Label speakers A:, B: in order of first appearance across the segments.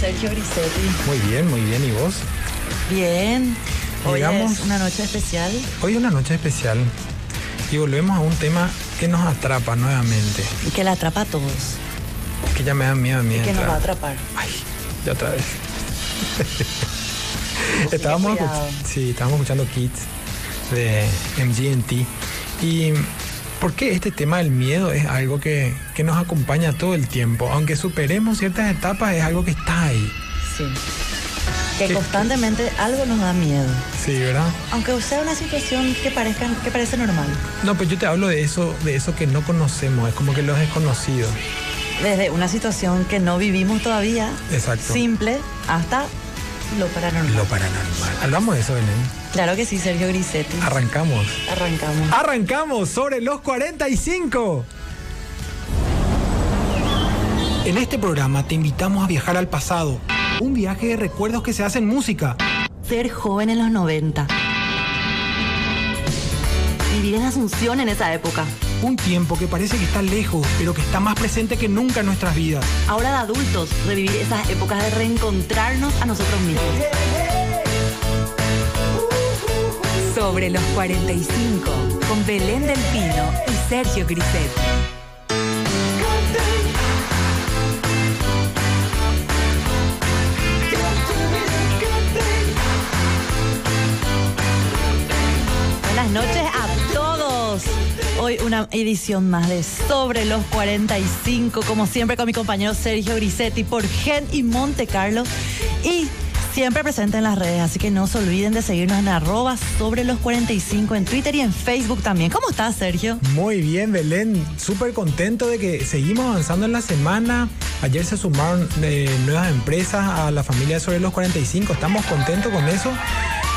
A: Sergio Griselli.
B: Muy bien, muy bien. ¿Y vos?
A: Bien. Hoy
B: Llegamos.
A: es una noche especial.
B: Hoy una noche especial y volvemos a un tema que nos atrapa nuevamente.
A: Y que la atrapa a todos.
B: Que ya me da miedo a mí.
A: Y que nos
B: entrar.
A: va a atrapar.
B: Ay, ya otra vez.
A: que
B: estábamos,
A: cuidado.
B: escuch- sí, estábamos escuchando Kids de MGMT. ¿Y por qué este tema del miedo es algo que, que nos acompaña todo el tiempo? Aunque superemos ciertas etapas, es algo que está ahí.
A: Sí. Que
B: ¿Qué-
A: constantemente algo nos da miedo.
B: Sí, ¿verdad?
A: Aunque sea una situación que, parezca, que parece normal.
B: No, pero yo te hablo de eso, de eso que no conocemos, es como que los desconocidos.
A: Desde una situación que no vivimos todavía.
B: Exacto.
A: Simple hasta lo paranormal.
B: Lo paranormal. Hablamos de eso, Belén.
A: Claro que sí, Sergio Grisetti.
B: Arrancamos.
A: Arrancamos.
B: Arrancamos sobre los 45. En este programa te invitamos a viajar al pasado. Un viaje de recuerdos que se hace en música.
A: Ser joven en los 90.
C: Vivir en Asunción en esa época.
B: Un tiempo que parece que está lejos, pero que está más presente que nunca en nuestras vidas.
C: Ahora de adultos, revivir esas épocas de reencontrarnos a nosotros mismos.
D: Sobre los 45, con Belén del Pino y Sergio Griset.
A: Buenas noches a todos. Hoy una edición más de Sobre los 45, como siempre con mi compañero Sergio Grisetti por Gen y Monte Carlo. Y siempre presente en las redes, así que no se olviden de seguirnos en arroba sobre los 45 en Twitter y en Facebook también. ¿Cómo estás, Sergio?
B: Muy bien, Belén. Súper contento de que seguimos avanzando en la semana. Ayer se sumaron eh, nuevas empresas a la familia sobre los 45. Estamos contentos con eso.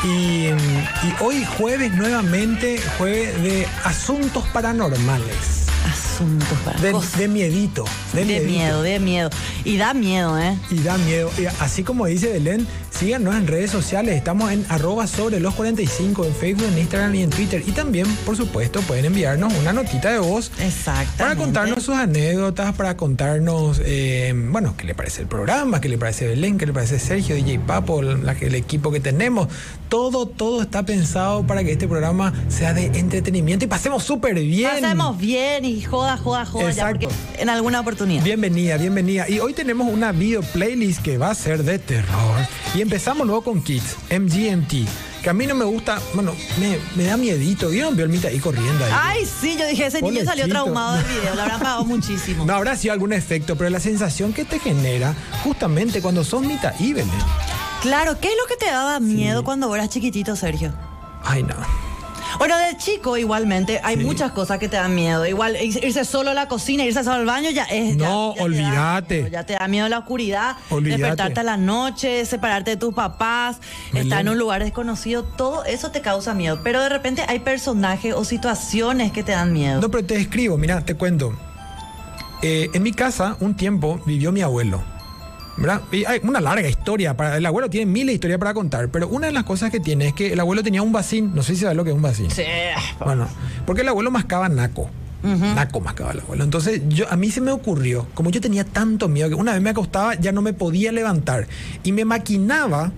B: Y, y hoy jueves nuevamente, jueves de asuntos paranormales.
A: Asuntos para
B: De,
A: cosas.
B: de miedito. De,
A: de
B: miedito.
A: miedo, de miedo. Y da miedo, ¿eh?
B: Y da miedo. Y así como dice Belén, síganos en redes sociales. Estamos en arroba sobre los 45, en Facebook, en Instagram y en Twitter. Y también, por supuesto, pueden enviarnos una notita de voz
A: Exactamente.
B: Para contarnos sus anécdotas, para contarnos, eh, bueno, qué le parece el programa, qué le parece Belén, qué le parece Sergio, DJ Papo, la- el equipo que tenemos. Todo, todo está pensado para que este programa sea de entretenimiento y pasemos súper bien.
A: Pasemos bien y joda, joda, joda, ya,
B: Exacto.
A: porque en alguna oportunidad.
B: Bienvenida, bienvenida. Y hoy tenemos una video playlist que va a ser de terror. Y empezamos luego con Kids, MGMT. Que a mí no me gusta, bueno, me, me da miedito. ¿Vieron? Vio el mita ahí corriendo ahí.
A: Ay, sí, yo dije, ese niño salió
B: Pobrecito.
A: traumado del video, lo habrán pagado muchísimo.
B: No habrá sido algún efecto, pero la sensación que te genera justamente cuando sos mitad y Belén.
A: Claro, ¿qué es lo que te daba miedo cuando eras chiquitito, Sergio?
B: Ay, no.
A: Bueno, de chico igualmente, hay
B: Sí.
A: muchas cosas que te dan miedo. Igual ir- irse solo a la cocina, irse solo al baño ya es... ya-
B: No,
A: ya te da
B: olvídate.
A: miedo, Ya te da miedo la oscuridad,
B: Olvídate.
A: despertarte a la noche, separarte de tus papás, estar en
B: Belén.
A: un lugar desconocido, todo eso te causa miedo. Pero de repente hay personajes o situaciones que te dan miedo.
B: No, pero te escribo, mira, te cuento. Eh, en mi casa, un tiempo vivió mi abuelo. ¿Verdad? Y hay una larga historia. Para, el abuelo tiene miles de historias para contar, pero una de las cosas que tiene es que el abuelo tenía un bacín. No sé si sabes lo que es un bacín.
A: Sí.
B: Bueno, porque el abuelo mascaba naco. Naco mascaba el abuelo. Entonces, yo, a mí se me ocurrió, como yo tenía tanto miedo que una vez me acostaba, ya no me podía levantar. Y me maquinaba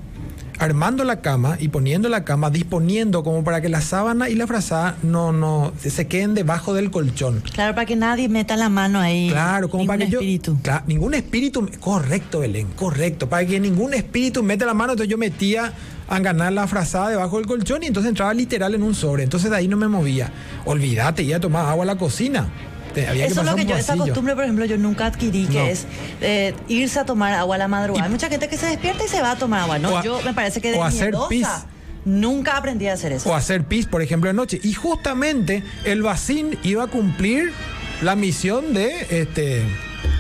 B: armando la cama y poniendo la cama, disponiendo como para que la sábana y la frazada no, no, se- se queden debajo del colchón.
A: Claro, para que nadie meta la mano ahí.
B: Claro, como
A: Ningún
B: para que yo.
A: espíritu.
B: Claro, ningún espíritu. Correcto, Belén, correcto. Para que ningún espíritu meta la mano, entonces yo metía a ganar la frazada debajo del colchón y entonces entraba literal en un sobre. Entonces de ahí no me movía. Olvídate, iba a tomar agua a la cocina. Te- había
A: Eso es lo
B: pasar
A: que
B: un
A: yo, esa
B: pasillo.
A: costumbre, por ejemplo, yo nunca adquirí, que
B: No.
A: es eh, irse a tomar agua a la madrugada. Hay mucha gente que se despierta y se va a tomar agua, ¿no?
B: O a-
A: yo me parece que de
B: o hacer
A: miedosa,
B: pis.
A: nunca aprendí a hacer eso.
B: O hacer pis, por ejemplo, de noche. Y justamente el vacín iba a cumplir la misión de este.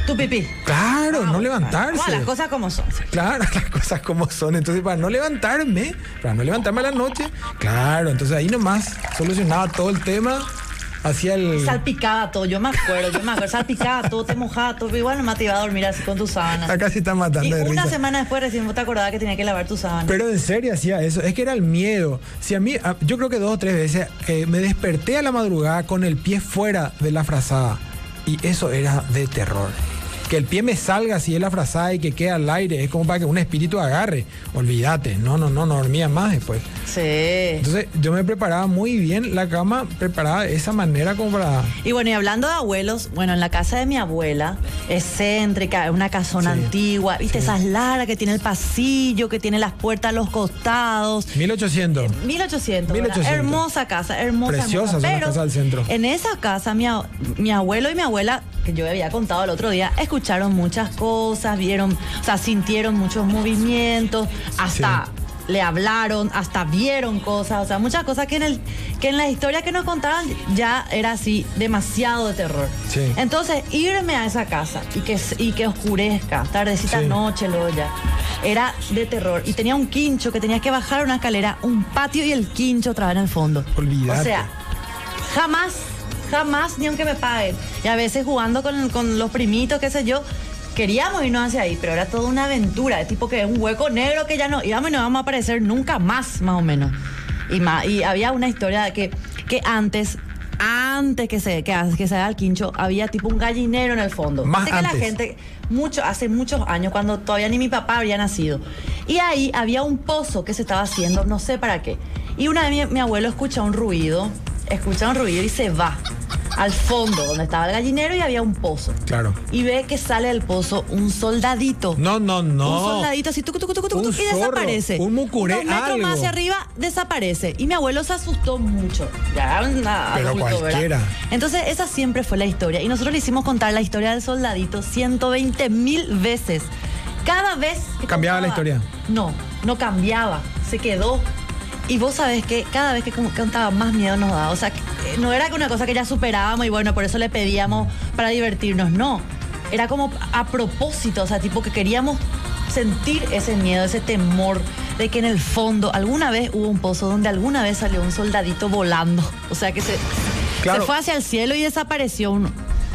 A: tu pipí. Ah,
B: Claro, no levantarse.
A: Bueno, las cosas como son.
B: Claro, las cosas como son. Entonces, para no levantarme, para no levantarme a la noche, claro, entonces ahí nomás solucionaba todo el tema hacia el.
A: Salpicaba todo, yo me acuerdo, yo me acuerdo. Salpicaba todo, te mojaba todo, pero igual no te iba a dormir así con tu sábana.
B: Acá se está
A: Y
B: matando de
A: una
B: risa.
A: semana después recién vos te acordabas que tenía que lavar tu sábana.
B: Pero en serio hacía eso, es que era el miedo. Si a mí, a- yo creo que dos o tres veces eh, me desperté a la madrugada con el pie fuera de la frazada. Y eso era de terror. Que el pie me salga así de la frazada y que quede al aire. Es como para que un espíritu agarre. Olvídate. No, no, no, no dormía más después.
A: Sí.
B: Entonces yo me preparaba muy bien la cama, preparada de esa manera como para...
A: Y bueno, y hablando de abuelos, bueno, en la casa de mi abuela, excéntrica, es una casona
B: Sí.
A: antigua, viste,
B: Sí.
A: esas largas que tiene el pasillo, que tiene las puertas a los costados.
B: 1800.
A: 1800, ¿verdad?
B: 1800.
A: hermosa casa, hermosa.
B: Preciosas son
A: hermosa.
B: las
A: Pero
B: casas del centro.
A: En esa casa, mi, a- mi abuelo y mi abuela, que yo había contado el otro día, escucharon muchas cosas, vieron, o sea, sintieron muchos movimientos, hasta le hablaron, hasta vieron cosas, o sea, muchas cosas que en, el, que en la historia que nos contaban ya era así, demasiado de terror.
B: Sí.
A: Entonces, irme a esa casa y que, y que oscurezca, tardecita
B: Sí.
A: noche, luego ya, era de terror. Y tenía un quincho que tenías que bajar una escalera, un patio y el quincho otra vez en el fondo.
B: Olvídate.
A: O sea, jamás, jamás, ni aunque me paguen. Y a veces jugando con, con los primitos, qué sé yo, queríamos irnos hacia ahí, pero era toda una aventura, de tipo que es un hueco negro que ya no íbamos y no vamos a aparecer nunca más, más o menos. Y, ma- y había una historia de que, que antes... Antes que se, que, que se haga el quincho, había tipo un gallinero en el fondo.
B: Más
A: Así que la
B: antes.
A: gente gente, mucho, hace muchos años, cuando todavía ni mi papá había nacido. Y ahí había un pozo que se estaba haciendo, no sé para qué. Y una vez mi, mi abuelo escucha un ruido, escucha un ruido y se va al fondo donde estaba el gallinero y había un pozo.
B: Claro.
A: Y ve que sale del pozo un soldadito.
B: No, no, no.
A: Un soldadito así, tucu, tucu, tucu,
B: Un
A: tucu, y
B: zorro,
A: desaparece.
B: un mucuré,
A: Dos metros
B: algo.
A: más hacia arriba, desaparece. Y mi abuelo se asustó mucho. Ya era un a-
B: Pero
A: adulto, ¿verdad?
B: cualquiera.
A: Entonces, esa siempre fue la historia. Y nosotros le hicimos contar la historia del soldadito 120 mil veces. Cada vez. que
B: ¿Cambiaba la historia?
A: No, no cambiaba. Se quedó. Y vos sabés que cada vez que como cantaba más miedo nos daba. O sea, que, eh, no era una cosa que ya superábamos y bueno, por eso le pedíamos para divertirnos. No. Era como a propósito, o sea, tipo que queríamos sentir ese miedo, ese temor de que en el fondo alguna vez hubo un pozo donde alguna vez salió un soldadito volando. O sea, que se,
B: Claro.
A: se fue hacia el cielo y desapareció uno.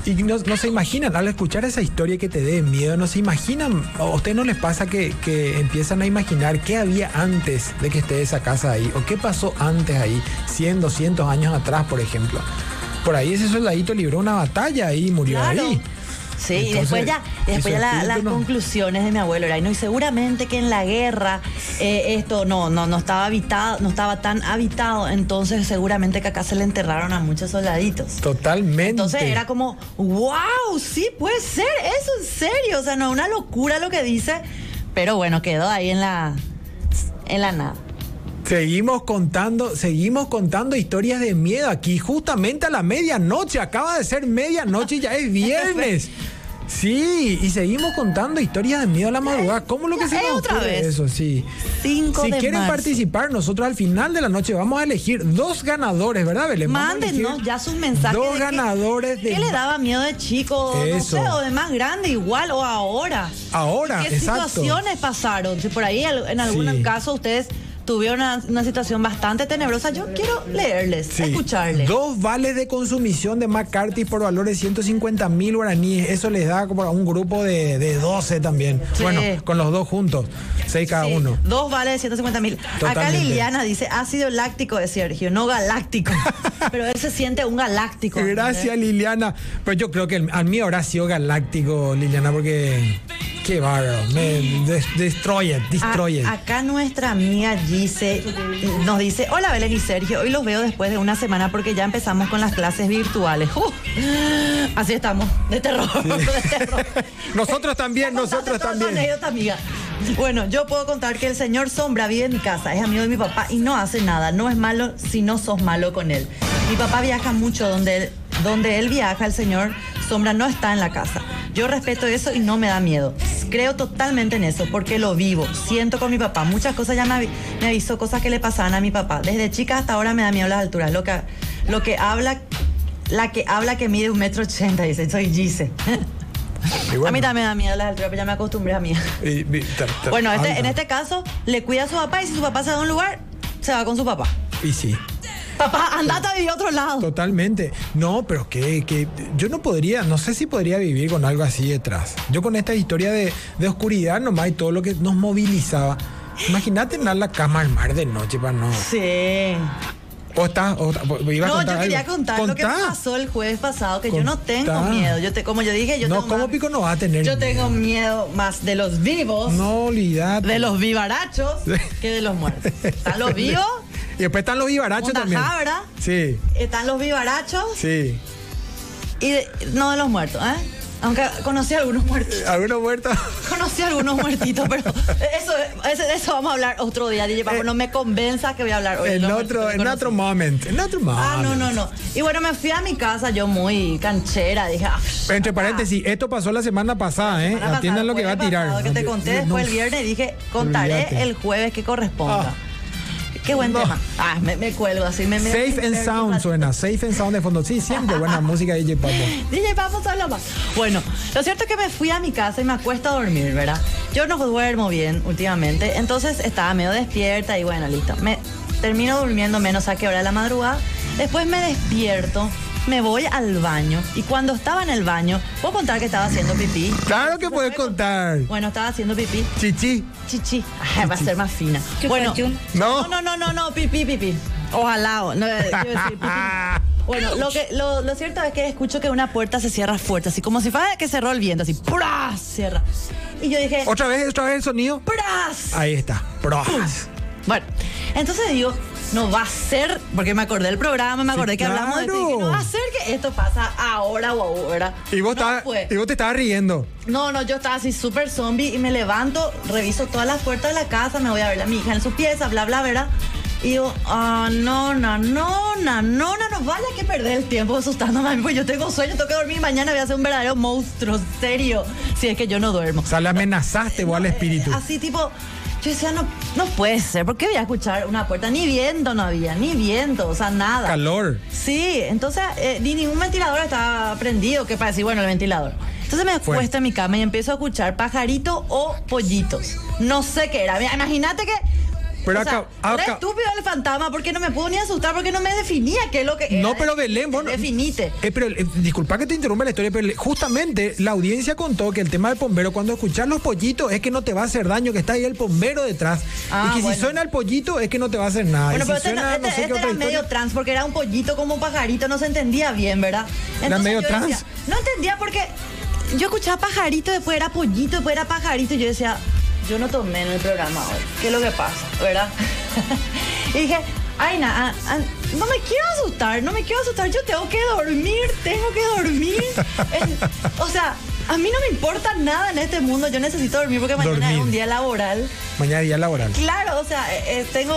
B: Y no, no se imaginan, al escuchar esa historia que te dé miedo, no se imaginan, o a ustedes no les pasa que, que empiezan a imaginar qué había antes de que esté esa casa ahí, o qué pasó antes ahí, 100, 200 años atrás, por ejemplo. Por ahí ese soldadito libró una batalla ahí y murió ahí.
A: Sí, y
B: Entonces,
A: después ya, y
B: eso
A: después ya
B: es
A: la-
B: espíritu,
A: las
B: ¿no?
A: conclusiones de mi abuelo era, "Y no, y seguramente que en la guerra eh, esto no, no, no estaba habitado, no estaba tan habitado, entonces seguramente que acá se le enterraron a muchos soldaditos.
B: Totalmente.
A: Entonces era como, wow, sí puede ser, eso en serio, o sea, no, una locura lo que dice, pero bueno, quedó ahí en la, en la nada.
B: Seguimos contando, seguimos contando historias de miedo aquí, justamente a la medianoche. Acaba de ser medianoche y ya es viernes. Sí, y seguimos contando historias de miedo a la madrugada. ¿Cómo lo que
A: Ya,
B: se
A: eh,
B: nos
A: otra
B: ocurre
A: vez.
B: Eso sí.
A: 5
B: Si
A: de
B: quieren
A: marzo.
B: participar, nosotros al final de la noche vamos a elegir dos ganadores, ¿verdad, Belén? Vamos a
A: Mándenos
B: elegir
A: ya sus mensajes.
B: Dos
A: de qué-
B: ganadores de
A: ¿Qué le daba miedo de chico?
B: Eso.
A: No sé, o de más grande igual, o ahora.
B: Ahora,
A: ¿Qué
B: exacto.
A: situaciones pasaron? Si por ahí al- en algún
B: Sí.
A: caso ustedes tuvieron una, una situación bastante tenebrosa, yo quiero leerles,
B: Sí.
A: escucharles.
B: Dos vales de consumición de McCarthy por valores de 150 mil guaraníes. Eso les da como a un grupo de, de 12 también.
A: Sí.
B: Bueno, con los dos juntos. Seis cada
A: Sí,
B: uno.
A: Dos vale de 150 mil. Acá
B: Totalmente.
A: Liliana dice ácido láctico de Sergio, no galáctico. Pero él se siente un galáctico.
B: Gracias, Liliana. Pero yo creo que el- al mío habrá sido galáctico, Liliana, porque. Qué bárbaro. Me des- destroy it,
A: Ah,
B: destroy it.
A: A- acá nuestra amiga Gise nos dice, hola Belén y Sergio, hoy los veo después de una semana porque ya empezamos con las clases virtuales. ¡Uh! así estamos, de terror, de terror.
B: Nosotros también,
A: Ya contaste
B: nosotros
A: toda tu
B: también.
A: anécdota, amiga. Bueno, yo puedo contar que el señor Sombra vive en mi casa, es amigo de mi papá y no hace nada. No es malo si no sos malo con él. Mi papá viaja mucho donde él, donde él viaja, el señor Sombra no está en la casa. Yo respeto eso y no me da miedo. Creo totalmente en eso porque lo vivo, siento con mi papá. Muchas cosas ya me, avi- me avisó, cosas que le pasaban a mi papá. Desde chica hasta ahora me da miedo las alturas. Lo que, lo que habla, la que habla que mide un metro ochenta, dice, soy Gise.
B: Y bueno,
A: A mí también me da miedo las alturas, pero ya me acostumbré a mí.
B: y- y- ta- ta-
A: Bueno, este-
B: alta.
A: en este caso, le cuida a su papá y si su papá se va a un lugar, se va con su papá.
B: Y sí.
A: Papá, andate a vivir a otro lado.
B: Totalmente. No, pero que, que yo no podría, no sé si podría vivir con algo así detrás. Yo con esta historia de, de oscuridad nomás y todo lo que nos movilizaba. Imagínate en la cama al mar de noche para no.
A: Sí.
B: O estás, o, o- iba a
A: No,
B: contar
A: yo quería
B: algo.
A: contar lo que
B: Contá.
A: pasó el jueves pasado, que yo no
B: Contá.
A: tengo miedo. Yo te, como yo dije, yo
B: No,
A: tengo
B: ¿cómo
A: más-
B: Pico no va a tener
A: Yo tengo miedo más de los vivos,
B: No olvidate.
A: de los vivarachos, que de los muertos. Están los vivos,
B: Y después están los vivarachos
A: Una
B: también.
A: jabra.
B: Sí,
A: están los vivarachos
B: sí.
A: y de- no de los muertos, ¿eh? Aunque conocí a algunos muertos.
B: ¿Alguna vuelta?
A: Conocí a algunos muertitos, pero eso, eso, eso vamos a hablar otro día, DJ Papo.
B: Eh,
A: no me convenza que voy a hablar hoy. de
B: En
A: los
B: otro,
A: muertos que
B: en
A: conocí.
B: otro moment. En otro moment.
A: Ah, no, no, no. Y bueno, me fui a mi casa yo muy canchera. Dije, ah,
B: Entre paréntesis, esto pasó la semana pasada, ¿eh?
A: semana pasada,
B: Atiendan lo que va a
A: jueves
B: tirar.
A: pasado, que te conté después el viernes y dije, contaré
B: Olvídate.
A: el jueves que corresponda.
B: Ah.
A: Qué buen
B: No.
A: tema. Ah, me, me cuelgo así. Me, me-
B: Safe and
A: me-
B: sound suena, safe and sound de fondo. Sí, siempre buena música DJ Papo.
A: DJ Papo solo más. Bueno, lo cierto es que me fui a mi casa y me acuesto a dormir, ¿verdad? Yo no duermo bien últimamente, entonces estaba medio despierta y bueno, listo. Me termino durmiendo menos a qué hora de la madrugada. Después me despierto, me voy al baño y cuando estaba en el baño, ¿puedo contar que estaba haciendo pipí?
B: Claro que puedes contar.
A: Bueno, estaba haciendo pipí.
B: Chichi.
A: Chichi. Ay, va a ser más fina.
D: Chupa
A: Bueno,
D: chum.
B: No.
A: no, no, no, no, no, pipí, pipí. Ojalá. o- No, eh, quiero decir, pipí. Bueno, lo, que, lo, lo cierto es que escucho que una puerta se cierra fuerte, así como si fuera que cerró el viento, así, ¡prá! Cierra. Y yo dije,
B: Otra vez, otra vez el sonido.
A: ¡prás!
B: Ahí está. Pras.
A: Bueno, entonces digo, no va a ser, porque me acordé del programa, me
B: Sí,
A: acordé que hablamos de ti,
B: claro.
A: que no va a ser que esto pasa ahora o ahora.
B: Y vos,
A: No pues.
B: estabas-
A: fue.
B: y vos te estabas riendo.
A: No, no, yo estaba así súper zombie y me levanto, reviso todas las puertas de la casa, me voy a ver a mi hija en su pieza, bla, bla, ¿verdad? Y digo, ah, no, no, no, no, no, no, no, vale que perder el tiempo asustándome a mí, pues yo tengo sueño, tengo que dormir, mañana voy a ser un verdadero monstruo, serio, si es que yo no duermo.
B: O sea, le amenazaste vos al espíritu.
A: Eh, Así tipo, yo decía, no, no puede ser, ¿por qué voy a escuchar una puerta? Ni viento no había, ni viento, o sea, nada.
B: Calor.
A: Sí, entonces eh, ni ningún ventilador estaba prendido, que para decir, bueno, el ventilador. Entonces me
B: Fue.
A: acuesto en mi cama y empiezo a escuchar pajarito o pollitos. No sé qué era. Mira, Imagínate que.
B: Pero
A: o sea,
B: acá- acá-
A: re estúpido el fantasma porque no me pudo ni asustar porque no me definía qué es lo que.
B: No,
A: era.
B: pero Belén, vos no-
A: Definite.
B: Eh, pero eh, disculpa que te interrumpa la historia, pero le- justamente la audiencia contó que el tema del bombero, cuando escuchas los pollitos, es que no te va a hacer daño, que está ahí el bombero detrás.
A: Ah,
B: y que
A: bueno.
B: si suena el pollito, es que no te va a hacer nada.
A: Bueno,
B: y si
A: pero este,
B: suena
A: no- este-
B: no sé qué
A: este
B: otra
A: era
B: historia.
A: medio trans porque era un pollito como un pajarito, no se entendía bien, ¿verdad?
B: medio
A: yo
B: trans?
A: decía- no entendía porque yo escuchaba pajarito, después era pollito, después era pajarito y yo decía, yo no tomé en el programa hoy, ¿qué es lo que pasa? ¿Verdad? y dije, ay, na, ah, ah, no me quiero asustar, no me quiero asustar, yo tengo que dormir, tengo que dormir. En- o sea, a mí no me importa nada en este mundo, yo necesito dormir porque mañana
B: Dormir.
A: es un día laboral.
B: Mañana día laboral.
A: Claro, o sea, eh, eh, tengo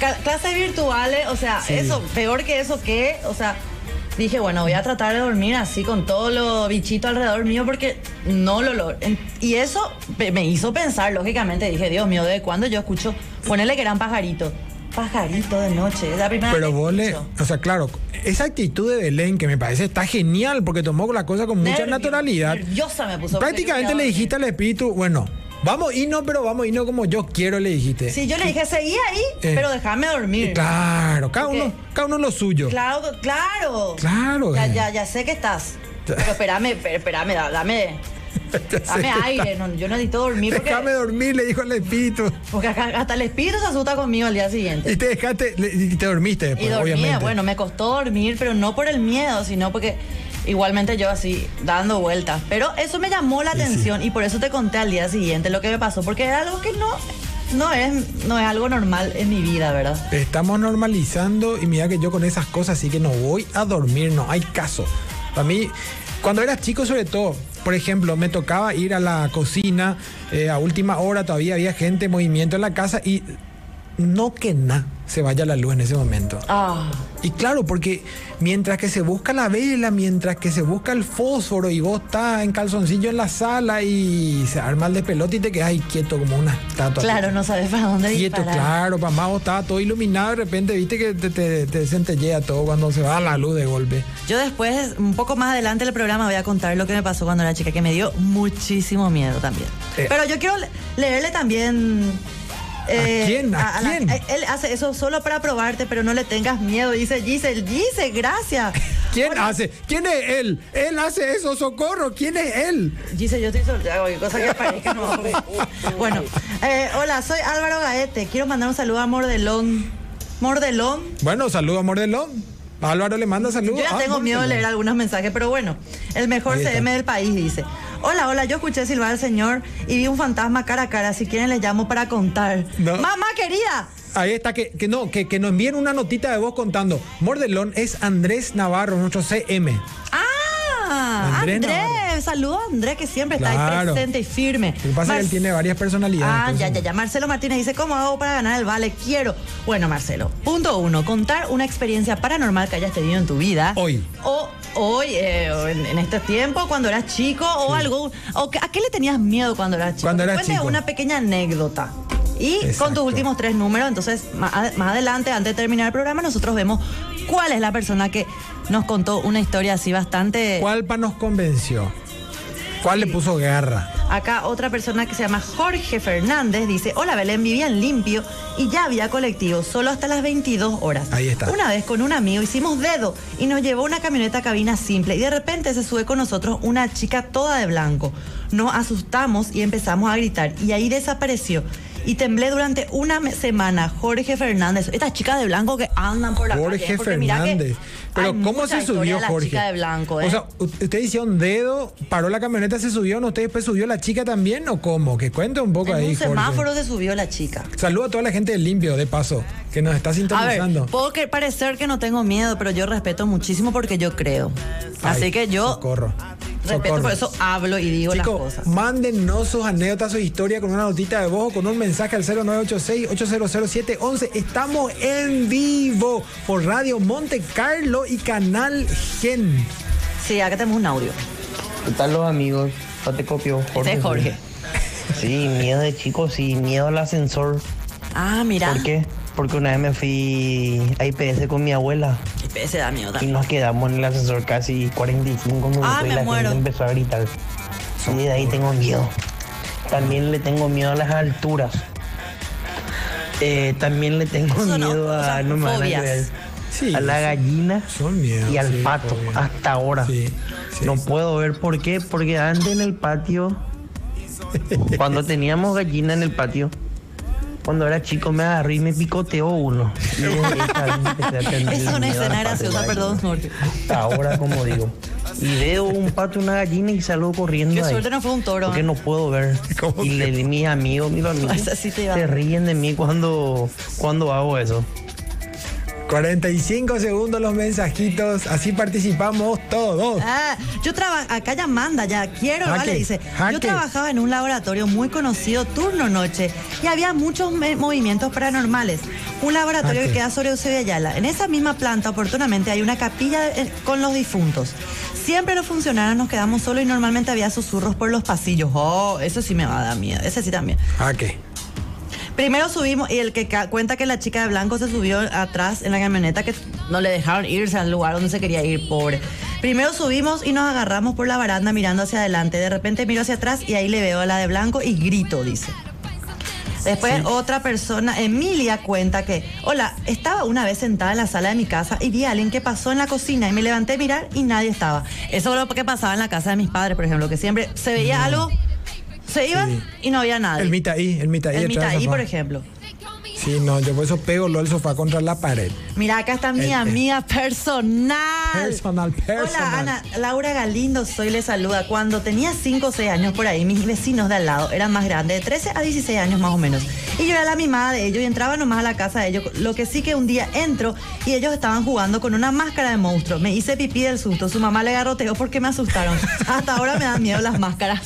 A: ca- clases virtuales, o sea,
B: Sí.
A: eso, peor que eso, ¿qué? O sea, dije, bueno, voy a tratar de dormir así con todo lo bichito alrededor mío porque no lo logro. En- Y eso pe- me hizo pensar, lógicamente, dije, Dios mío, ¿de cuándo yo escucho? Ponele que eran pajaritos. Pajarito de noche, es la primera
B: Pero
A: vez que
B: vos le,
A: escucho.
B: o sea, claro, esa actitud de Belén que me parece está genial porque tomó la cosa con mucha
A: Nervio-
B: naturalidad.
A: Nerviosa me puso. porque
B: Prácticamente
A: yo
B: le
A: quería
B: dijiste al espíritu, bueno, vamos y no, pero vamos y no como yo quiero, le dijiste.
A: dormir. Sí, yo le dije, seguí ahí,
B: Eh.
A: pero déjame dormir.
B: Y claro, cada
A: Ok.
B: uno, cada uno lo suyo.
A: Claro, claro.
B: Claro,
A: Ya,
B: eh.
A: ya, ya sé que estás.
B: Ya.
A: Pero espérame, per- espérame, da- dame, dame aire. no, yo necesito dormir porque,
B: Déjame dormir, le dijo el espíritu.
A: porque acá- hasta el espíritu se asusta conmigo al día siguiente.
B: Y te dejaste, le- y te dormiste
A: Y
B: después,
A: dormía,
B: obviamente.
A: bueno, me costó dormir, pero no por el miedo, sino porque igualmente yo así, dando vueltas. Pero eso me llamó la
B: Sí, sí.
A: atención y por eso te conté al día siguiente lo que me pasó, porque era algo que no, no, es, no es algo normal en mi vida, ¿verdad?
B: Estamos normalizando y mira que yo con esas cosas sí que no voy a dormir, no hay caso. Para mí, cuando era chico sobre todo, por ejemplo, me tocaba ir a la cocina eh, a última hora, todavía había gente, movimiento en la casa y no que nada se vaya la luz en ese momento.
A: Ah.
B: Y claro, porque mientras que se busca la vela, mientras que se busca el fósforo y vos estás en calzoncillo en la sala y se arma el despelote y te quedas ahí quieto como una estatua.
A: Claro, no sabes para dónde
B: Quieto,
A: disparar.
B: claro, mamá, vos estabas todo iluminado de repente viste que te, te, te centellea todo cuando se va la luz de golpe.
A: Yo después, un poco más adelante del programa, voy a contar lo que me pasó cuando era chica, que me dio muchísimo miedo también.
B: Eh.
A: Pero yo quiero le- leerle también... eh,
B: quién? ¿A
A: la-
B: quién?
A: él hace eso solo para probarte, pero no le tengas miedo, dice Giselle. Dice, gracias.
B: ¿Quién
A: Bueno,
B: hace? ¿Quién es él? Él hace eso, socorro, ¿quién es él?
A: Giselle, yo estoy soltera, cualquier cosa que parezca. No, bueno, eh, hola, soy Álvaro Gaete. Quiero mandar un saludo a Mordelón. Mordelón.
B: Bueno, saludo a Mordelón. Álvaro le manda saludos.
A: Yo ya
B: a
A: tengo miedo de
B: Mordelón.
A: leer algunos mensajes, pero bueno. El mejor
B: Ah, Ahí está.
A: CM del país dice: Hola, hola, yo escuché silbar al señor y vi un fantasma cara a cara. Si quieren, les llamo para contar.
B: No.
A: ¡Mamá querida!
B: Ahí está, que, que no, que, que nos envíen una notita de voz contando. Mordelón es Andrés Navarro, nuestro CM.
A: ¡Ah!
B: Andrés
A: Andrés,
B: Navarro.
A: saludos a Andrés que siempre está ahí
B: Claro.
A: presente y firme.
B: Lo que pasa es que él
A: Marce-
B: tiene varias personalidades.
A: Ah, ya,
B: entonces-
A: ya, ya. Marcelo Martínez dice, ¿cómo hago para ganar el vale? Quiero. Bueno, Marcelo, punto uno, contar una experiencia paranormal que hayas tenido en tu vida.
B: Hoy.
A: O hoy, eh, o en, en este tiempo, cuando eras chico, o algo. O que- ¿A qué le tenías miedo cuando eras chico?
B: Cuando
A: Que
B: eras
A: cuente
B: chico.
A: una pequeña anécdota. Y con
B: Exacto.
A: tus últimos tres números, entonces, ma- a- más, adelante, antes de terminar el programa, nosotros vemos cuál es la persona que nos contó una historia así bastante...
B: ¿Cuál pa nos convenció? ¿Cuál le puso guerra?
A: Acá otra persona que se llama Jorge Fernández dice, hola Belén, vivía en limpio y ya había colectivo, solo hasta las 22 horas.
B: Ahí está.
A: Una vez con un amigo hicimos dedo y nos llevó una camioneta cabina simple y de repente se sube con nosotros una chica toda de blanco. Nos asustamos y empezamos a gritar y ahí desapareció. Y temblé durante una me- semana, Jorge Fernández. Estas chicas de blanco que andan por la calle,
B: Jorge
A: ah, porque mirá que
B: Fernández. Pero
A: hay
B: ¿cómo
A: mucha
B: se
A: historia
B: subió
A: de la
B: Jorge?
A: chica de blanco, ¿eh?
B: O sea, u- usted hicieron dedo, paró la camioneta, se subió, ¿no? ¿Usted después subió la chica también o cómo? Que cuente un poco
A: en
B: ahí,
A: un
B: Jorge.
A: semáforo se subió la chica.
B: Saludo a toda la gente de Limpio, de paso, que nos está
A: A ver,
B: sintonizando.
A: puedo que parecer que no tengo miedo, pero yo respeto muchísimo porque yo creo. Así
B: Ay,
A: que yo
B: Socorro.
A: respeto,
B: socorro.
A: por eso hablo y digo
B: Chicos,
A: las cosas.
B: mándennos sus anécdotas, sus historias con una notita de voz o con un mensaje al 0986-800711. Estamos en vivo por Radio Monte Carlo y Canal Gen.
A: Sí, acá tenemos un audio.
E: ¿Qué tal los amigos? No te copio, Jorge.
A: Este es Jorge.
E: Sí, miedo de chicos sí, miedo al ascensor.
A: Ah, mira.
E: ¿Por qué? Porque una vez me fui a IPS con mi abuela
A: Se da miedo
E: y
A: también.
E: nos quedamos en el ascensor casi 45 minutos
A: Ah,
E: y
A: me
E: la
A: muero.
E: gente empezó a gritar. Sí, de ahí tengo miedo. También le tengo miedo a las alturas. Eh, también le tengo
A: Eso no,
E: miedo
A: o
E: a,
A: sea,
E: no me van a
A: fobias.
E: creer,
B: Sí,
E: a la
B: sí.
E: gallina
B: Son miedos.
E: y al
B: sí,
E: pato
B: obvio.
E: hasta ahora.
B: Sí, sí,
E: no
B: sí.
E: puedo ver por qué, porque antes en el patio, cuando teníamos gallina en el patio, cuando era chico me agarré y me picoteó uno. Y desde esa vez empecé a tenerle
A: Es una
E: miedo a las
A: escena
E: patas de
A: graciosa,
E: gallina.
A: perdón, Jorge.
E: Hasta ahora, como digo. Y veo un pato, una gallina y salgo corriendo.
A: Qué
E: de ahí,
A: suerte no fue un toro,
E: Porque
A: ¿eh?
E: no puedo ver.
B: ¿Cómo
E: Y
B: que
E: le- mis amigos, mis familia,
A: Esa sí te iba a
E: se
A: dar.
E: ríen de mí cuando, cuando hago eso.
B: 45 segundos los mensajitos. Así participamos todos.
A: Ah, yo trabajo, acá ya manda, ya quiero,
B: Jaque,
A: vale, dice.
B: jaque.
A: Yo trabajaba en un laboratorio muy conocido, turno noche, y había muchos me- movimientos paranormales. Un laboratorio
B: Jaque.
A: que queda sobre Eusebio Ayala. En esa misma planta, oportunamente, hay una capilla eh, con los difuntos. Siempre los funcionarios nos quedamos solos y normalmente había susurros por los pasillos. Oh, eso sí me va a dar miedo, ese sí también.
B: ¿A Ah, qué?
A: Primero subimos y el que ca- cuenta que la chica de blanco se subió atrás en la camioneta que no le dejaron irse al lugar donde se quería ir, pobre. Primero subimos y nos agarramos por la baranda mirando hacia adelante. De repente miro hacia atrás y ahí le veo a la de blanco y grito, dice. Después otra persona, Emilia, cuenta que, hola, estaba una vez sentada en la sala de mi casa y vi a alguien que pasó en la cocina y me levanté a mirar y nadie estaba. Eso es lo que pasaba en la casa de mis padres, por ejemplo, que siempre se veía algo, se iban
B: Sí.
A: y no había nadie.
B: El mitaí, el mitaí.
A: El
B: detrás del
A: Mitaí,
B: sofá.
A: por ejemplo.
B: Sí, no, yo por eso pego lo del sofá contra la pared.
A: Mira, acá está mi
B: El-
A: amiga personal.
B: Personal, personal.
A: Hola, Ana. Laura Galindo, soy le saluda. Cuando tenía 5 o 6 años por ahí, mis vecinos de al lado eran más grandes, de 13 a 16 años más o menos. Y yo era la mimada de ellos y entraba nomás a la casa de ellos. Lo que sí que un día entro y ellos estaban jugando con una máscara de monstruo. Me hice pipí del susto. Su mamá le garroteó porque me asustaron. Hasta ahora me dan miedo las máscaras.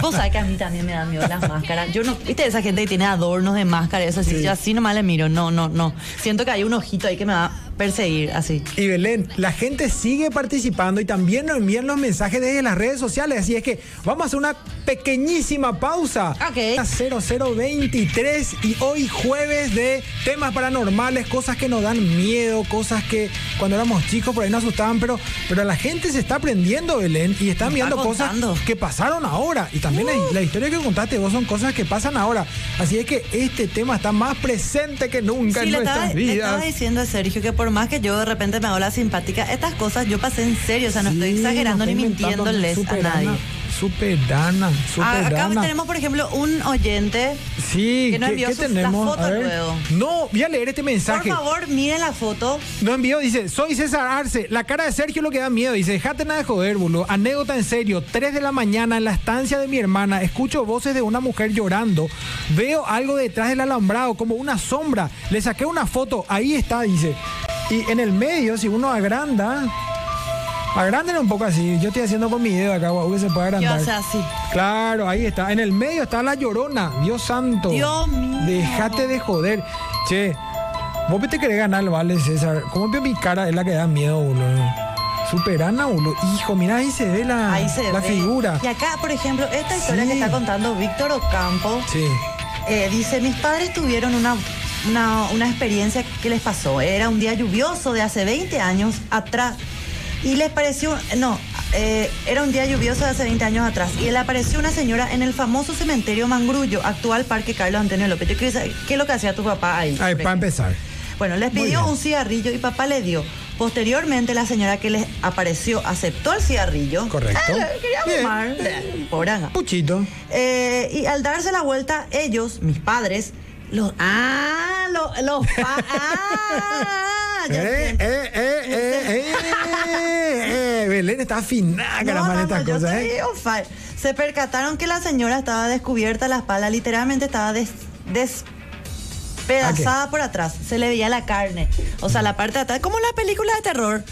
A: Vos sabés que a mí también me dan miedo las máscaras. Yo no, viste esa gente que tiene adornos de máscara, eso así, yo así nomás le miro. No, no, no. Siento que hay un ojito ahí que me va a perseguir, así.
B: Y Belén, la gente sigue participando y también nos envían los mensajes desde las redes sociales. Así es que vamos a hacer una pequeñísima pausa.
A: Ok.
B: A 0023 y hoy jueves de temas paranormales, cosas que nos dan miedo, cosas que cuando éramos chicos por ahí nos asustaban, pero, pero la gente se está aprendiendo, Belén, y está viendo cosas
A: contando. Uh.
B: que pasaron ahora. Y también la, la historia que contaste vos son cosas que pasan ahora. Así es que este tema está más presente que nunca
A: Sí,
B: en
A: le
B: nuestras
A: estaba, le
B: vidas.
A: estaba diciendo a Sergio que por más que yo de repente me hago la simpática, estas cosas yo pasé en serio, o sea, no
B: Sí,
A: estoy exagerando
B: no
A: ni
B: estoy inventando,
A: mintiéndoles a Ah,
B: superana,
A: nadie.
B: Superana,
A: A-
B: superana.
A: Acá tenemos, por ejemplo, un oyente
B: Sí,
A: Que nos
B: ¿qué,
A: envió
B: qué
A: sus- las
B: tenemos?
A: fotos
B: A ver.
A: luego.
B: No, voy a leer este
A: Por
B: mensaje.
A: favor, miren la foto.
B: No envió, dice, soy César Arce. La cara de Sergio es lo que da miedo. Dice, dejate nada de joder, boludo. Anécdota en serio. 3 de la mañana en la estancia de mi hermana. Escucho voces de una mujer llorando. Veo algo detrás del alambrado, como una sombra. Le saqué una foto. Ahí está, dice. Y en el medio, si uno agranda... Agrándelo un poco así. Yo estoy haciendo con mi dedo acá, guau, que se puede
A: Yo
B: agrandar.
A: hace así.
B: Claro, ahí está. En el medio está la llorona. Dios santo.
A: Dios mío.
B: Déjate de joder. Che, vos te querés ganar el vale, César. ¿Cómo que mi cara es la que da miedo, boludo? Superana, boludo. Hijo, mirá, ahí se ve la,
A: Ahí se
B: Ah, la
A: ve.
B: figura.
A: Y acá, por ejemplo, esta historia
B: Sí.
A: que está contando Víctor Ocampo
B: Sí.
A: eh, dice: Mis padres tuvieron una, una, una experiencia que les pasó. Era un día lluvioso de hace 20 años atrás. Y les pareció. No, eh, era un día lluvioso de hace 20 años atrás. Y le apareció una señora en el famoso cementerio Mangrullo, actual Parque Carlos Antonio López. Yo quiero saber, ¿Qué es lo que hacía tu papá ahí?
B: Ahí, para empezar.
A: Bueno, les
B: Muy
A: pidió
B: bien.
A: un cigarrillo y papá le dio. Posteriormente, la señora que les apareció aceptó el cigarrillo.
B: Correcto.
A: Ah, quería
B: Bien.
A: fumar. Eh, Pobre Ana.
B: Puchito.
A: Eh, y al darse la vuelta, ellos, mis padres, los. ¡Ah! lo- Los, pa- ¡Ah! ya
B: Eh, eh,
A: entiendo.
B: eh, eh, eh, eh. Belén está afinada,
A: No,
B: caramán,
A: no,
B: estas
A: no, yo
B: cosas,
A: estoy
B: ¿eh?
A: on fire. Se percataron que la señora estaba descubierta la espalda, literalmente estaba des- despedazada por atrás. Se le veía la carne. O sea, la parte de atrás, como en las películas de terror,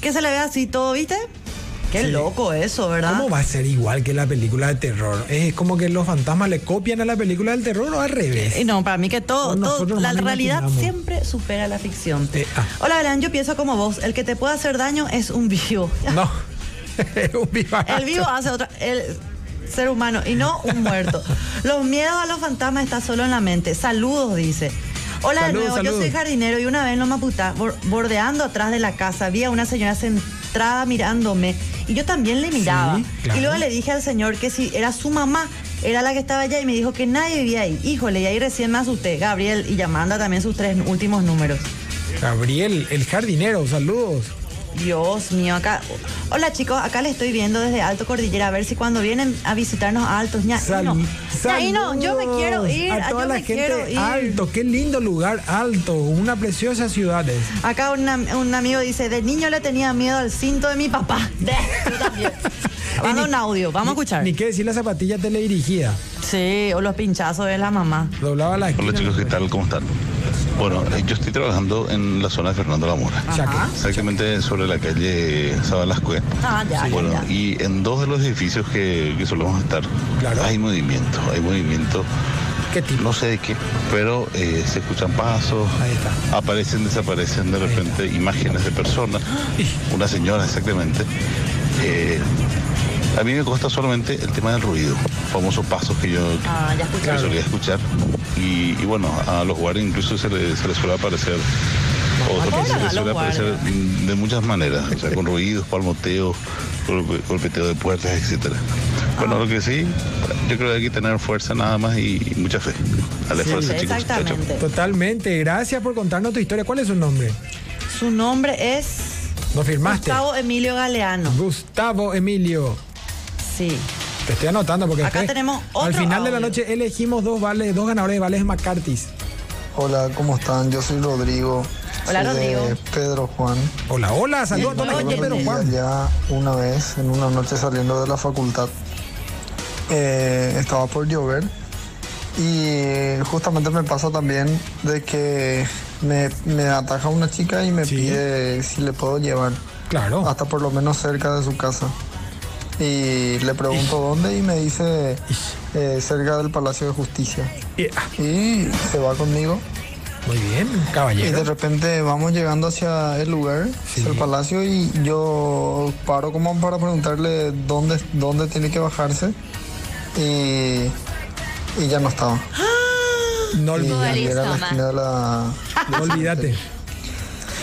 A: que se le ve así todo, ¿viste? Qué
B: Sí.
A: loco eso, ¿verdad?
B: ¿Cómo va a ser igual que la película de terror? Es como que los fantasmas le copian a la película del terror o al revés.
A: Y Eh, no, para mí que todo,
B: No,
A: todo-
B: nosotros
A: la
B: nomás nos
A: realidad
B: imaginamos.
A: siempre supera la ficción.
B: Eh, ah.
A: Hola, Belén, yo pienso como vos, el que te puede hacer daño es un vivo.
B: No. un vivaracho.
A: El vivo hace otra. El ser humano y no un muerto. Los miedos a los fantasmas están solo en la mente. Saludos, dice. Hola
B: Saludos,
A: de nuevo,
B: saludos.
A: yo soy jardinero y una vez en Loma Putá, bor- bordeando atrás de la casa, vi a una señora centrada mirándome y yo también le miraba.
B: Sí, claro.
A: Y luego le dije al señor que si era su mamá, era la que estaba allá y me dijo que nadie vivía ahí. Híjole, y ahí recién me asusté. Gabriel y Yamanda también sus tres últimos números.
B: Gabriel, el jardinero, saludos.
A: Dios mío, acá. Hola chicos, acá le estoy viendo desde Alto Cordillera a ver si cuando vienen a visitarnos a Altos Ña.
B: Sal-
A: no, no, yo me
B: saludos
A: quiero ir,
B: A
A: ah,
B: toda
A: yo
B: la
A: me
B: gente
A: quiero ir.
B: alto, qué lindo lugar, alto, una preciosa ciudad es.
A: Acá un, am- un amigo dice, de niño le tenía miedo al cinto de mi papá. Yo también. Manda un audio, vamos a escuchar.
B: Ni qué decir la zapatilla teledirigida.
A: Sí, o los pinchazos de la mamá.
B: Doblaba la esquina.
F: Hola chicos,
A: pues.
F: ¿qué tal? ¿Cómo están? Bueno, eh, yo estoy trabajando en la zona de Fernando La Mora,
B: Chaca.
F: exactamente sobre la calle Sabalascue.
A: Ah, ya,
F: Bueno,
A: ya, ya.
F: y en dos de los edificios que, que solemos estar,
B: Claro.
F: hay movimiento, hay movimiento,
B: ¿Qué tipo?
F: no sé de qué, pero eh, se escuchan pasos,
B: Ahí está.
F: aparecen, desaparecen de repente imágenes de personas, una señora exactamente. Eh, a mí me cuesta solamente el tema del ruido, famosos pasos que yo
A: Ah, ya
F: que
A: escucharon.
F: solía escuchar. Y, y bueno, a los guardias incluso se les, se les suele aparecer, o se les-
A: cobran
F: se
A: a los
F: les suele aparecer
A: guardias.
F: mm, de muchas maneras, o sea, con ruidos, palmoteo, golpe- golpeteo de puertas, etcétera.
A: Ah.
F: Bueno, lo que sí, yo creo que hay que tener fuerza nada más y, y mucha fe. Dale
B: Sí,
F: fuerza, chicos. Chao, chao.
A: Exactamente.
B: Pues- Totalmente, gracias por contarnos tu historia. ¿Cuál es su nombre?
A: Su nombre es
B: ¿Lo firmaste?
A: Gustavo Emilio Galeano.
B: Gustavo Emilio.
A: Sí.
B: Te estoy anotando porque
A: Acá
B: después-
A: tenemos
B: al
A: otro
B: final de la
A: audio.
B: noche elegimos dos vales, dos ganadores de vales McCarthy's.
G: Hola, ¿cómo están? Yo soy Rodrigo.
A: Hola,
G: soy de
A: Rodrigo.
G: Pedro Juan.
B: Hola, hola, saludos a toda la
A: Oye,
B: gente de Pedro Juan.
G: Conocí allá una vez, en una noche saliendo de la facultad, eh, estaba por llover y justamente me pasa también de que me, me ataja una chica y me
B: Sí. Oh.
G: pide si le puedo llevar
B: Claro.
G: hasta por lo menos cerca de su casa. Y le pregunto dónde y me dice eh, cerca del Palacio de Justicia.
B: Y- ah,
G: Y se va conmigo.
B: Muy bien,
G: Y de
B: caballero.
G: repente vamos llegando hacia el lugar, hacia el palacio, y yo paro como para preguntarle dónde, dónde tiene que bajarse. Y, y ya no estaba.
B: No
G: Y
B: olvides.
G: era la esquina de la-
B: No olvídate.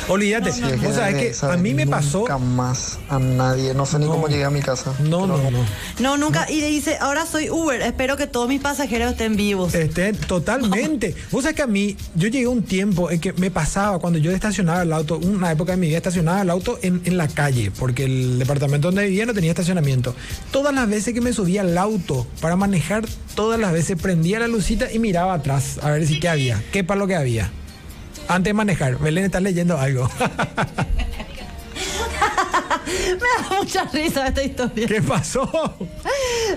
B: Olvídate.
G: Si es que
B: Vos sabés
G: nadie
B: que
G: sabe
B: a mí me
G: nunca
B: pasó.
G: más a nadie. No sé ni
B: No.
G: cómo llegué a mi casa.
B: No,
G: pero-
B: no, no.
A: No, nunca. Y le dice, ahora soy Uber, espero que todos mis pasajeros estén vivos.
B: Este, totalmente. Vos sabés que a mí, yo llegué a un tiempo en que me pasaba cuando yo estacionaba el auto, una época de mi vida estacionaba el auto en, en la calle, porque el departamento donde vivía no tenía estacionamiento. Todas las veces que me subía al auto para manejar, todas las veces prendía la lucita y miraba atrás a ver si qué había, qué para lo que había. Antes de manejar, Belén está leyendo algo.
A: Me da mucha risa esta historia.
B: ¿Qué pasó?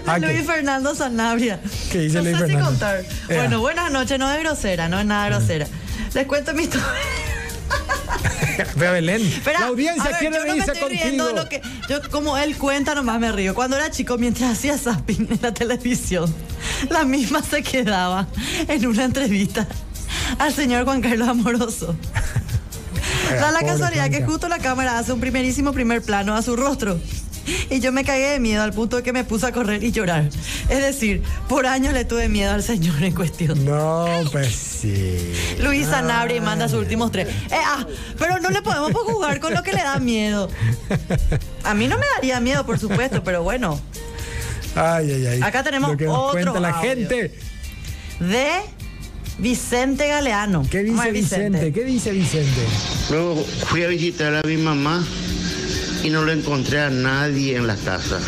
B: Ah,
A: Luis
B: ¿qué?
A: Fernando Sanabria.
B: ¿Qué dice
A: no
B: Luis
A: sé si
B: Fernando?
A: contar.
B: Ea.
A: Bueno, buenas noches, no es grosera, no es nada grosera. Les cuento mi historia.
B: Ve a Belén.
A: Espera,
B: la audiencia
A: a ver,
B: quiere
A: yo no me
B: reírse
A: estoy riendo
B: contigo.
A: de lo que. Yo, como él cuenta, nomás me río. Cuando era chico, mientras hacía zapping en la televisión, la misma se quedaba en una entrevista al señor Juan Carlos Amoroso. Da la
B: pobre
A: casualidad que
B: Juanca.
A: justo la cámara hace un primerísimo primer plano a su rostro. Y yo me cagué de miedo al punto de que me puse a correr y llorar. Es decir, por años le tuve miedo al señor en cuestión.
B: No, pues sí.
A: Luis Sanabria y manda sus últimos tres. Eh, ah, pero no le podemos pues, jugar con lo que le da miedo. A mí no me daría miedo, por supuesto, pero bueno.
B: Ay, ay, ay.
A: Acá tenemos
B: Lo que nos
A: otro
B: cuenta la
A: audio.
B: gente.
A: De Vicente Galeano.
B: ¿Qué
A: Vamos a
B: dice
A: ver,
B: Vicente? ¿Qué dice Vicente?
H: Luego fui a visitar a mi mamá y no le encontré a nadie en la casa.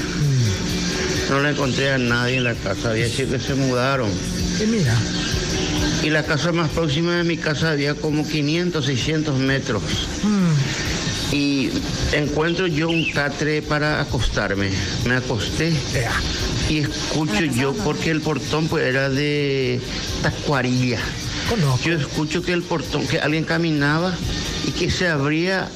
H: No le encontré a nadie en la casa. Había sido que se mudaron.
B: Y Eh, mira,
H: Y la casa más próxima de mi casa había como 500, 600 metros. Y encuentro yo un catre para acostarme. Me acosté
B: vea.
H: y escucho yo, porque el portón pues, era de tacuarilla.
B: Conozco.
H: Yo escucho que el portón, que alguien caminaba y que se abría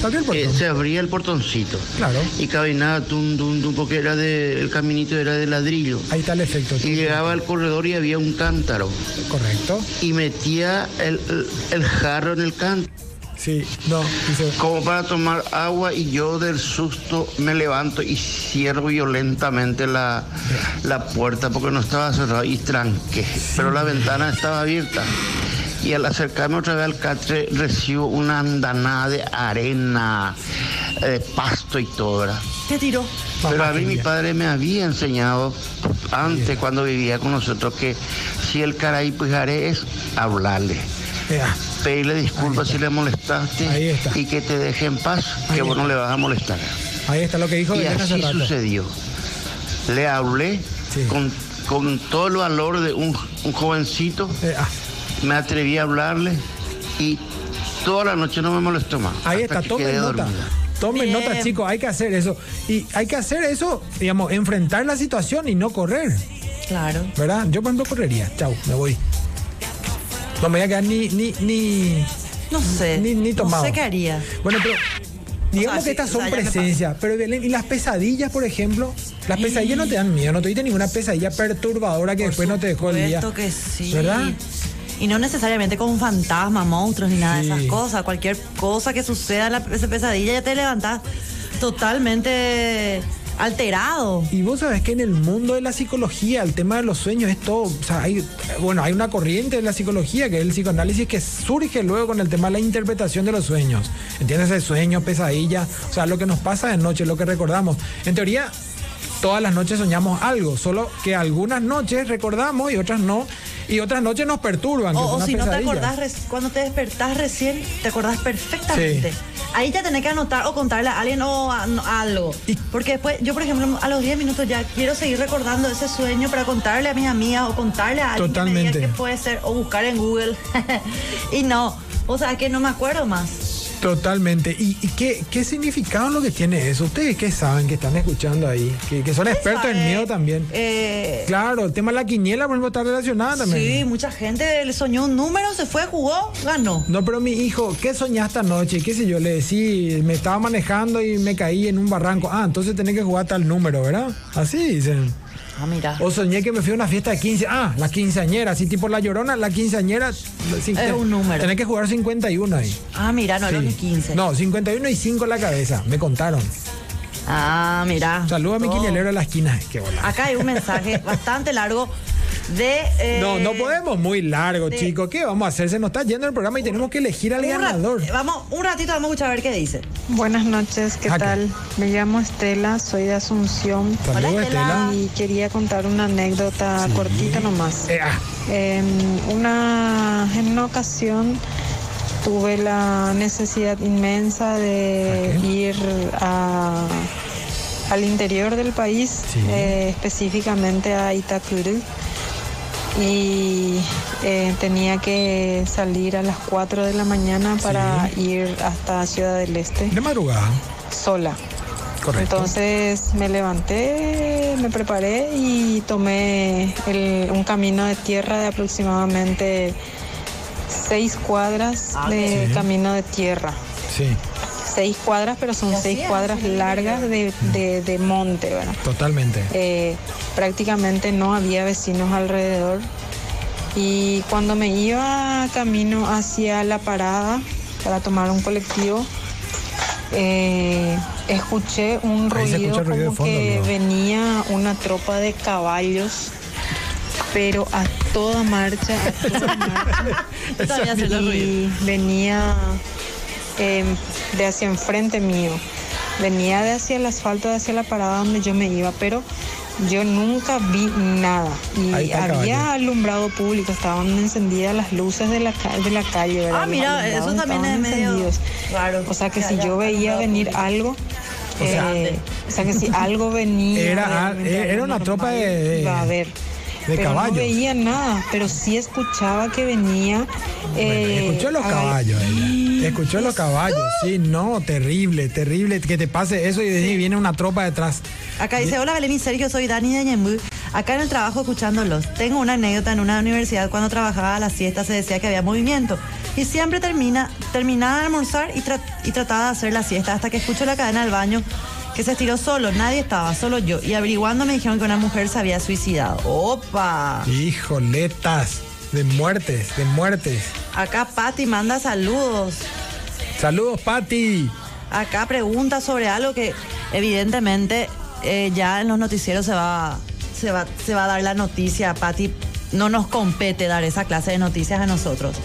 B: Saqué el
H: eh,
B: portón.
H: se abría el portoncito.
B: Claro.
H: Y caminaba tum, tum, tum, porque era de, el caminito era de ladrillo.
B: Ahí está el efecto.
H: Y llegaba al corredor y había un cántaro.
B: Correcto.
H: Y metía el, el- el jarro en el cántaro.
B: Sí, no. Dice,
H: Como para tomar agua y yo del susto me levanto y cierro violentamente la, la puerta porque no estaba cerrada y tranqué. Pero la ventana estaba abierta. Y al acercarme otra vez al catre recibo una andanada de arena, de pasto y todo. ¿verdad?
A: Te tiró.
H: Pero a mí mi
B: Papaya.
H: padre me había enseñado antes cuando vivía con nosotros que si el caray pujaré es hablarle
B: vea.
H: pedirle disculpas si le molestaste
B: Ahí está.
H: y que te deje en paz,
B: Ahí
H: que vos
B: está.
H: no le vas a molestar.
B: Ahí está lo que dijo
H: Y
B: Belén hace
H: así
B: rato.
H: sucedió. Le hablé
B: Sí.
H: con, con todo el valor de un, un jovencito,
B: Eh, ah,
H: me atreví a hablarle y toda la noche no me molestó más.
B: ahí
H: hasta
B: está,
H: que
B: tomen
H: quedé
B: nota.
H: dormido.
B: Tomen
A: Bien.
B: nota, chicos, hay que hacer eso. Y hay que hacer eso, digamos, enfrentar la situación y no correr,
A: Claro.
B: ¿verdad? Yo, por ejemplo, correría. Chau, me voy. No me voy a quedar ni, ni, ni,
A: No sé.
B: Ni, ni tomado.
A: No sé qué haría.
B: Bueno, pero digamos
A: O sea,
B: que
A: sí,
B: estas
A: o
B: son
A: sea, ya me
B: presencias. Pero Belén, ¿y las pesadillas, por ejemplo? Las pesadillas no te dan miedo, no te diste ninguna pesadilla perturbadora que después no te dejó el día.
A: Esto que sí.
B: ¿Verdad?
A: Y no necesariamente con fantasmas, monstruos ni nada
B: Sí.
A: de esas cosas. Cualquier cosa que suceda en la esa pesadilla ya te levantás totalmente alterado.
B: Y vos sabés que en el mundo de la psicología, el tema de los sueños es todo. O sea, hay, bueno, hay una corriente de la psicología que es el psicoanálisis que surge luego con el tema de la interpretación de los sueños. ¿Entiendes? El sueño, pesadilla, o sea, lo que nos pasa de noche, lo que recordamos. En teoría, todas las noches soñamos algo, solo que algunas noches recordamos y otras no. Y otras noches nos perturban.
A: O,
B: que son
A: o
B: las
A: si no te
B: pesadillas.
A: acordás, res- cuando te despertás recién, te acordás perfectamente.
B: Sí.
A: Ahí ya tenés que anotar o contarle a alguien o a- no, algo.
B: Y-
A: Porque después, yo por ejemplo, a los 10 minutos ya quiero seguir recordando ese sueño para contarle a mis amigas o contarle a alguien que
B: Totalmente.
A: me diga qué puede ser o buscar en Google. y no, o sea, que no me acuerdo más.
B: Totalmente. ¿Y, y qué, qué significado es lo que tiene eso? ¿Ustedes qué saben que están escuchando ahí? Que, que son expertos en
A: ¿Sabe?
B: miedo también.
A: Eh,
B: Claro, el tema de la quiniela, por ejemplo, está relacionada también.
A: sí, mucha gente le soñó un número, se fue, jugó, ganó.
B: No, pero mi hijo, ¿qué soñaste anoche? ¿Qué sé yo? Le decí, me estaba manejando y me caí en un barranco. Ah, entonces tenés que jugar tal número, ¿verdad? Así dicen.
A: Ah, mira.
B: O soñé que me fui a una fiesta de 15. Ah, la quinceañera, así tipo la llorona, la quinceañera.
A: Es un número.
B: Tenés que jugar 51 ahí.
A: Ah, mira, no, eran
B: Sí.
A: los 15.
B: No, 51 y 5 en la cabeza, me contaron.
A: Ah, Oh. mira.
B: Saluda a mi
A: Todo.
B: quinielero de la esquina. Qué bola.
A: Acá hay un mensaje bastante largo de... eh,
B: No, no podemos muy largo,
A: sí.
B: chicos. ¿Qué vamos a hacer? Se nos está yendo el programa y tenemos que elegir al
A: un ra-
B: ganador.
A: Vamos, un ratito vamos a escuchar a ver qué dice.
I: Buenas noches, ¿qué
B: Jaque.
I: tal? Me llamo Estela, soy de Asunción
B: Saludos, Estela.
I: y quería contar una anécdota cortita nomás.
B: Eh, ah,
I: En una, en una ocasión tuve la necesidad inmensa de
B: Ok.
I: ir a- al interior del país,
B: Sí.
I: eh, específicamente a Itacurú. Y eh, tenía que salir a las 4 de la mañana para ir hasta Ciudad del Este
B: de madrugada.
I: sola.
B: Correcto.
I: Entonces me levanté, me preparé y tomé el- un camino de tierra de aproximadamente seis cuadras de
B: Sí.
I: camino de tierra.
B: sí,
I: Seis cuadras, pero son seis cuadras largas de, de- de monte, ¿verdad?
B: totalmente.
I: Eh, prácticamente no había vecinos alrededor. Y cuando me iba camino hacia la parada para tomar un colectivo, eh, escuché un
B: Ahí se
I: ruido,
B: escucha el ruido de
I: como
B: fondo,
I: que
B: amigo.
I: venía una tropa de caballos, pero a toda marcha, a toda marcha.
A: Todavía hace los ruidos.
I: Y venía eh, de hacia enfrente mío. Venía de hacia el asfalto, de hacia la parada donde yo me iba, pero yo nunca vi nada.
B: Ahí
I: Y
B: está el
I: había
B: caballo.
I: alumbrado público, estaban encendidas las luces de la, ca- de la calle. ¿verdad?
A: Ah,
I: Los
A: mira,
I: alumbrados
A: eso también es
I: estaban
A: medio
I: encendidos.
A: raro.
I: O sea que
A: Ya,
I: si
A: ya,
I: yo veía
A: alumbrado
I: venir
A: público.
I: algo,
B: O sea,
I: eh, o sea que si algo venía.
B: Era-
I: realmente
B: eh,
I: algo
B: era una tropa de-
I: normal,
B: de-
I: iba a haber.
B: de
I: Pero
B: caballos.
I: No veía nada, pero sí escuchaba que venía. eh,
B: Escuchó los
I: a-
B: caballos, ella. Escuchó los caballos. Sí, no, terrible, terrible. Que te pase eso y de ahí viene una tropa detrás.
A: Acá dice, hola Belén y Sergio, soy Dani de Ñembu. Acá en el trabajo escuchándolos. Tengo una anécdota en una universidad cuando trabajaba a la siesta se decía que había movimiento. Y siempre termina, terminaba de almorzar y, tra- y trataba de hacer la siesta hasta que escucho la cadena al baño que se estiró solo, nadie estaba, solo yo. Y averiguando me dijeron que una mujer se había suicidado. ¡Opa!
B: Hijoletas. De muertes, de muertes.
A: Acá Patti manda saludos.
B: Saludos, Pati.
A: Acá pregunta sobre algo que evidentemente eh, ya en los noticieros se va, se va, se va a dar la noticia, Pati. No nos compete dar esa clase de noticias a nosotros.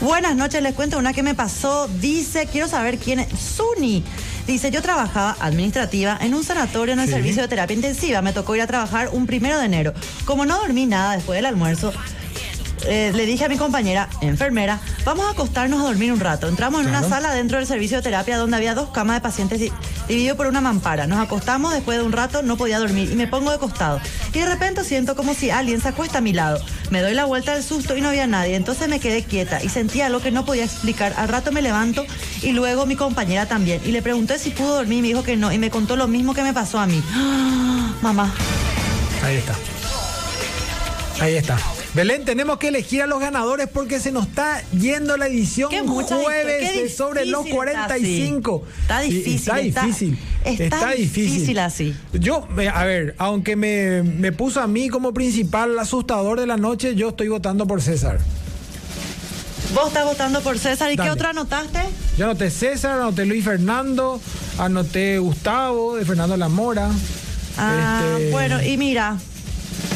A: Buenas noches, les cuento una que me pasó. Dice, quiero saber quién es. Suni. Dice, yo trabajaba administrativa en un sanatorio en el
B: Sí.
A: servicio de terapia intensiva. Me tocó ir a trabajar un primero de enero. Como no dormí nada después del almuerzo, eh, le dije a mi compañera, enfermera, vamos a acostarnos a dormir un rato. Entramos en una
B: Claro.
A: sala dentro del servicio de terapia donde había dos camas de pacientes di- dividido por una mampara. Nos acostamos después de un rato, no podía dormir y me pongo de costado. Y de repente siento como si alguien se acuesta a mi lado. Me doy la vuelta del susto y no había nadie. Entonces me quedé quieta y sentía algo que no podía explicar. Al rato me levanto y luego mi compañera también. Y le pregunté si pudo dormir y me dijo que no. Y me contó lo mismo que me pasó a mí. Mamá.
B: Ahí está. Ahí está. Belén, tenemos que elegir a los ganadores porque se nos está yendo la edición
A: Qué mucha
B: jueves
A: disto- qué
B: de sobre los
A: difícil está
B: 45.
A: así. Está
B: Sí,
A: difícil,
B: Está
A: está-
B: difícil.
A: está difícil así.
B: Yo, eh, a ver, aunque me, me puso a mí como principal asustador de la noche, yo estoy votando por César.
A: Vos estás votando por César. ¿Y
B: Dale.
A: qué otro anotaste?
B: Yo anoté César, anoté Luis Fernando, anoté Gustavo, de Fernando Lamora.
A: Ah,
B: Este,
A: bueno, y mira.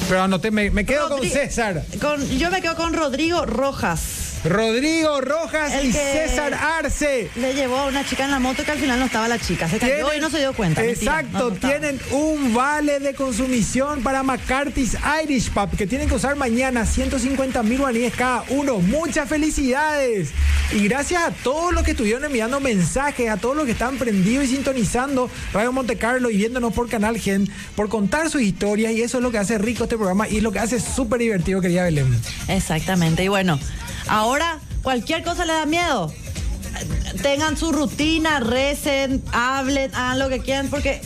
B: Pero anoté, me, me quedo con
A: Rodri-
B: César.
A: con- yo me quedo con Rodrigo Rojas.
B: Rodrigo Rojas
A: El
B: y
A: que-
B: César Arce.
A: Le llevó a una chica en la moto que al final no estaba la chica. Se cayó y no se dio cuenta. Mentira,
B: Exacto,
A: no, no estaba.
B: tienen un vale de consumición para McCarthy's Irish Pub que tienen que usar mañana 150 mil guaníes cada uno. Muchas felicidades. Y gracias a todos los que estuvieron enviando mensajes, a todos los que están prendidos y sintonizando Radio Monte Carlo y viéndonos por Canal Gen, por contar sus historias. Y eso es lo que hace rico este programa y es lo que hace súper divertido, querida Belén.
A: Exactamente. Y bueno, ahora cualquier cosa le da miedo. Eh, Tengan su rutina, recen, hablen, hagan lo que quieran, porque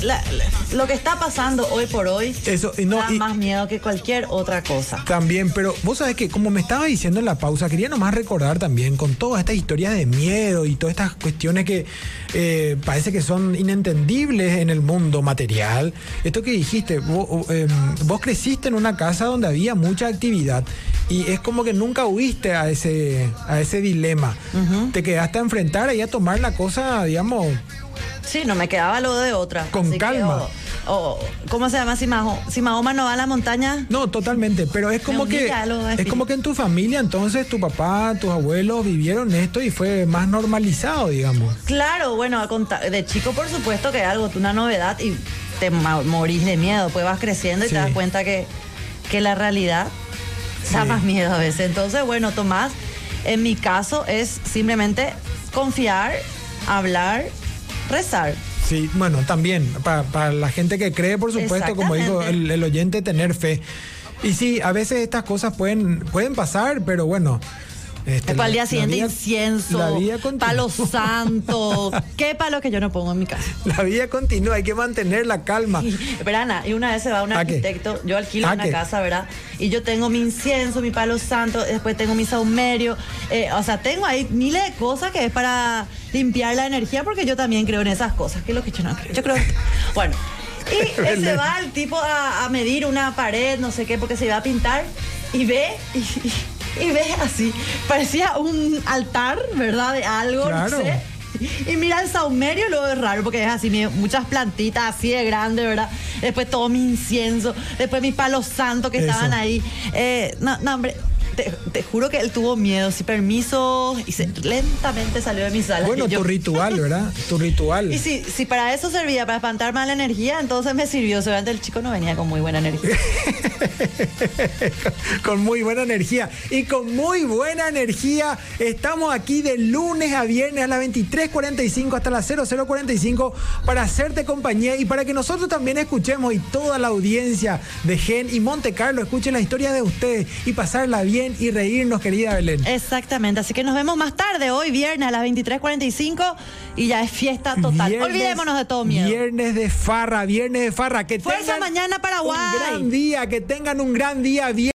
A: la- la- lo que está pasando hoy por hoy
B: Eso, y no,
A: da
B: y-
A: más miedo que cualquier otra cosa.
B: También, pero vos sabés que como me estaba diciendo en la pausa, quería nomás recordar también con todas estas historias de miedo y todas estas cuestiones que eh, parece que son inentendibles en el mundo material. Esto que dijiste, vos, o, em, vos creciste en una casa donde había mucha actividad y es como que nunca huiste a ese, a ese dilema. Te quedaste a enfrentar y a tomar la cosa, digamos,
A: Sí, no me quedaba lo de otra.
B: con
A: Así que,
B: calma.
A: oh, o ¿cómo se llama? Si, Maho- si Mahoma no va a la montaña,
B: No, totalmente, pero es como que
A: humilla lo de
B: es como que en tu familia entonces tu papá, tus abuelos vivieron esto y fue más normalizado, digamos.
A: claro, bueno, a conta- de chico por supuesto que es algo, una novedad y te ma- morís de miedo, pues vas creciendo y
B: Sí.
A: te das cuenta que, que la realidad da más miedo a veces. Entonces, bueno, Tomás, en mi caso es simplemente confiar, hablar, rezar.
B: Sí, bueno, también para, para la gente que cree, por supuesto, como dijo
A: Exactamente.
B: el, el oyente, tener fe. Y sí, a veces estas cosas pueden pueden pasar, pero bueno. Este,
A: Después al
B: la-
A: día
B: la
A: siguiente
B: vida-
A: incienso,
B: la vida continúa.
A: palo santo, qué palo que yo no pongo en mi casa.
B: La vida continúa, hay que mantener la calma.
A: Pero Ana, y una vez se va un
B: ¿A qué?
A: arquitecto, yo alquilo
B: ¿A
A: una
B: qué?
A: casa, ¿verdad? Y yo tengo mi incienso, mi palo santo, después tengo mi saumerio, eh, o sea, tengo ahí miles de cosas que es para limpiar la energía, porque yo también creo en esas cosas, que es lo que yo no creo. Yo creo, bueno, y eh, se va el tipo a, a medir una pared, no sé qué, porque se iba a pintar, y ve, y, y- y ve así, parecía un altar, ¿verdad? De algo,
B: Claro.
A: no sé. Y mira el saumerio, luego es raro porque es así, mi- muchas plantitas así de grande, ¿verdad? Después todo mi incienso, después mis palos santos que
B: Eso.
A: estaban ahí. Eh, no, no, hombre, te, te juro que él tuvo miedo, sin permiso, y se, lentamente salió de mi sala.
B: Bueno,
A: y yo-
B: tu ritual, ¿verdad? Tu ritual.
A: Y si, si para eso servía, para espantar mala energía, entonces me sirvió. Seguramente el chico no venía con muy buena energía.
B: con muy buena energía. Y con muy buena energía estamos aquí de lunes a viernes a las 23.45 hasta las 00.45 para hacerte compañía y para que nosotros también escuchemos y toda la audiencia de Gen y Monte Carlo escuche la historia de ustedes y pasarla bien y reírnos, querida Belén.
A: Eh, Exactamente, así que nos vemos más tarde, hoy viernes a las 23.45 y ya es fiesta total.
B: Viernes-
A: Olvidémonos de todo miedo.
B: Viernes de farra, viernes de farra. Que
A: Fuerza
B: tengan
A: mañana, Paraguay.
B: Un gran día, que tengan un gran día.